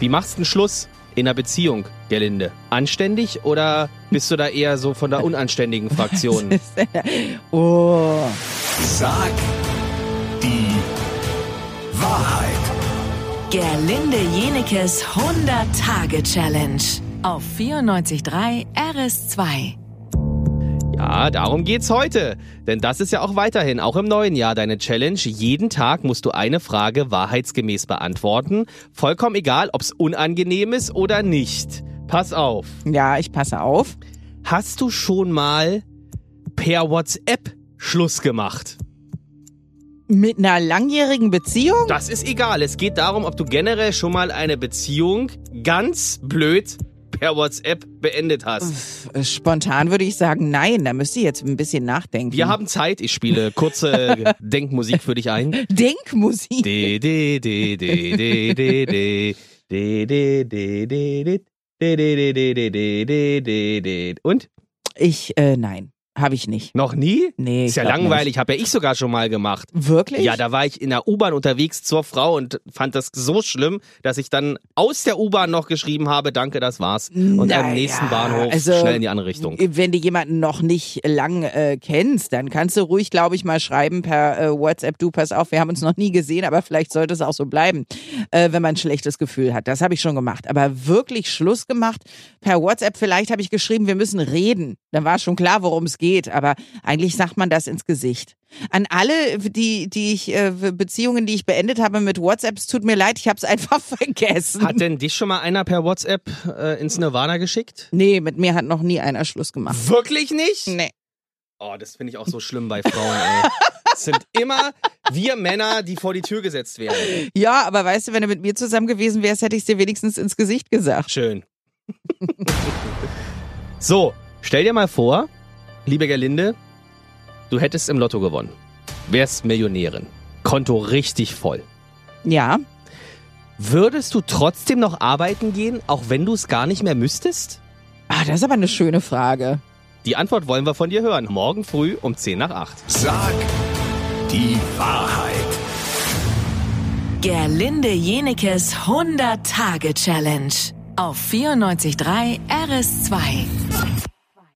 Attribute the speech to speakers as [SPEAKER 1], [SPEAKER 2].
[SPEAKER 1] Wie machst du einen Schluss in einer Beziehung, Gerlinde? Anständig oder bist du da eher so von der unanständigen Fraktion?
[SPEAKER 2] Oh.
[SPEAKER 3] Sag die Wahrheit.
[SPEAKER 4] Gerlinde Jenekes 100-Tage-Challenge auf 94.3 RS2.
[SPEAKER 1] Ja, darum geht's heute. Denn das ist ja auch weiterhin, auch im neuen Jahr, deine Challenge. Jeden Tag musst du eine Frage wahrheitsgemäß beantworten. Vollkommen egal, ob's unangenehm ist oder nicht. Pass auf.
[SPEAKER 2] Ja, ich passe auf.
[SPEAKER 1] Hast du schon mal per WhatsApp Schluss gemacht?
[SPEAKER 2] Mit einer langjährigen Beziehung?
[SPEAKER 1] Das ist egal. Es geht darum, ob du generell schon mal eine Beziehung ganz blöd per WhatsApp beendet hast.
[SPEAKER 2] Äh, Spontan würde ich sagen, nein. Da müsste ich jetzt ein bisschen nachdenken.
[SPEAKER 1] Wir haben Zeit. Ich spiele kurze Denkmusik für dich ein.
[SPEAKER 2] Denkmusik.
[SPEAKER 1] De, de, de, de, de, de, de. De, de, de, de, de. De, de, de, de, de, de, de, de, de. Und?
[SPEAKER 2] ich, äh, nein. Habe ich nicht.
[SPEAKER 1] Noch nie?
[SPEAKER 2] Nee.
[SPEAKER 1] Ist ja
[SPEAKER 2] glaub
[SPEAKER 1] langweilig, habe ja ich sogar schon mal gemacht.
[SPEAKER 2] Nicht. Wirklich?
[SPEAKER 1] Ja, da war ich in der U-Bahn unterwegs zur Frau und fand das so schlimm, dass ich dann aus der U-Bahn noch geschrieben habe, danke, das war's. Und
[SPEAKER 2] Naja,
[SPEAKER 1] am nächsten Bahnhof
[SPEAKER 2] also-
[SPEAKER 1] schnell in die andere Richtung.
[SPEAKER 2] Wenn du jemanden noch nicht lang äh, kennst, dann kannst du ruhig, glaube ich, mal schreiben per äh, WhatsApp, du pass auf, wir haben uns noch nie gesehen, aber vielleicht sollte es auch so bleiben, äh, wenn man ein schlechtes Gefühl hat. Das habe ich schon gemacht. Aber wirklich Schluss gemacht per WhatsApp, vielleicht habe ich geschrieben, wir müssen reden. Dann war schon klar, worum es geht. Aber eigentlich sagt man das ins Gesicht. An alle, die, die ich, äh, Beziehungen, die ich beendet habe mit WhatsApp, es tut mir leid, ich habe es einfach vergessen.
[SPEAKER 1] Hat denn dich schon mal einer per WhatsApp äh, ins Nirvana geschickt?
[SPEAKER 2] nee, mit mir hat noch nie einer Schluss gemacht.
[SPEAKER 1] Wirklich nicht?
[SPEAKER 2] Nee.
[SPEAKER 1] Oh, das finde ich auch so schlimm bei Frauen, ey. Es sind immer wir Männer, die vor die Tür gesetzt werden.
[SPEAKER 2] Ja, aber weißt du, wenn du mit mir zusammen gewesen wärst, hätte ich es dir wenigstens ins Gesicht gesagt.
[SPEAKER 1] Schön. So, stell dir mal vor, liebe Gerlinde, du hättest im Lotto gewonnen. Wärst Millionärin. Konto richtig voll.
[SPEAKER 2] Ja,
[SPEAKER 1] Würdest du trotzdem noch arbeiten gehen, auch wenn du es gar nicht mehr müsstest?
[SPEAKER 2] ah, das ist aber eine schöne Frage.
[SPEAKER 1] Die Antwort wollen wir von dir hören. Morgen früh um 10 nach 8.
[SPEAKER 3] Sag die Wahrheit.
[SPEAKER 4] Gerlinde Jenekes 100-Tage-Challenge auf 94.3 RS2.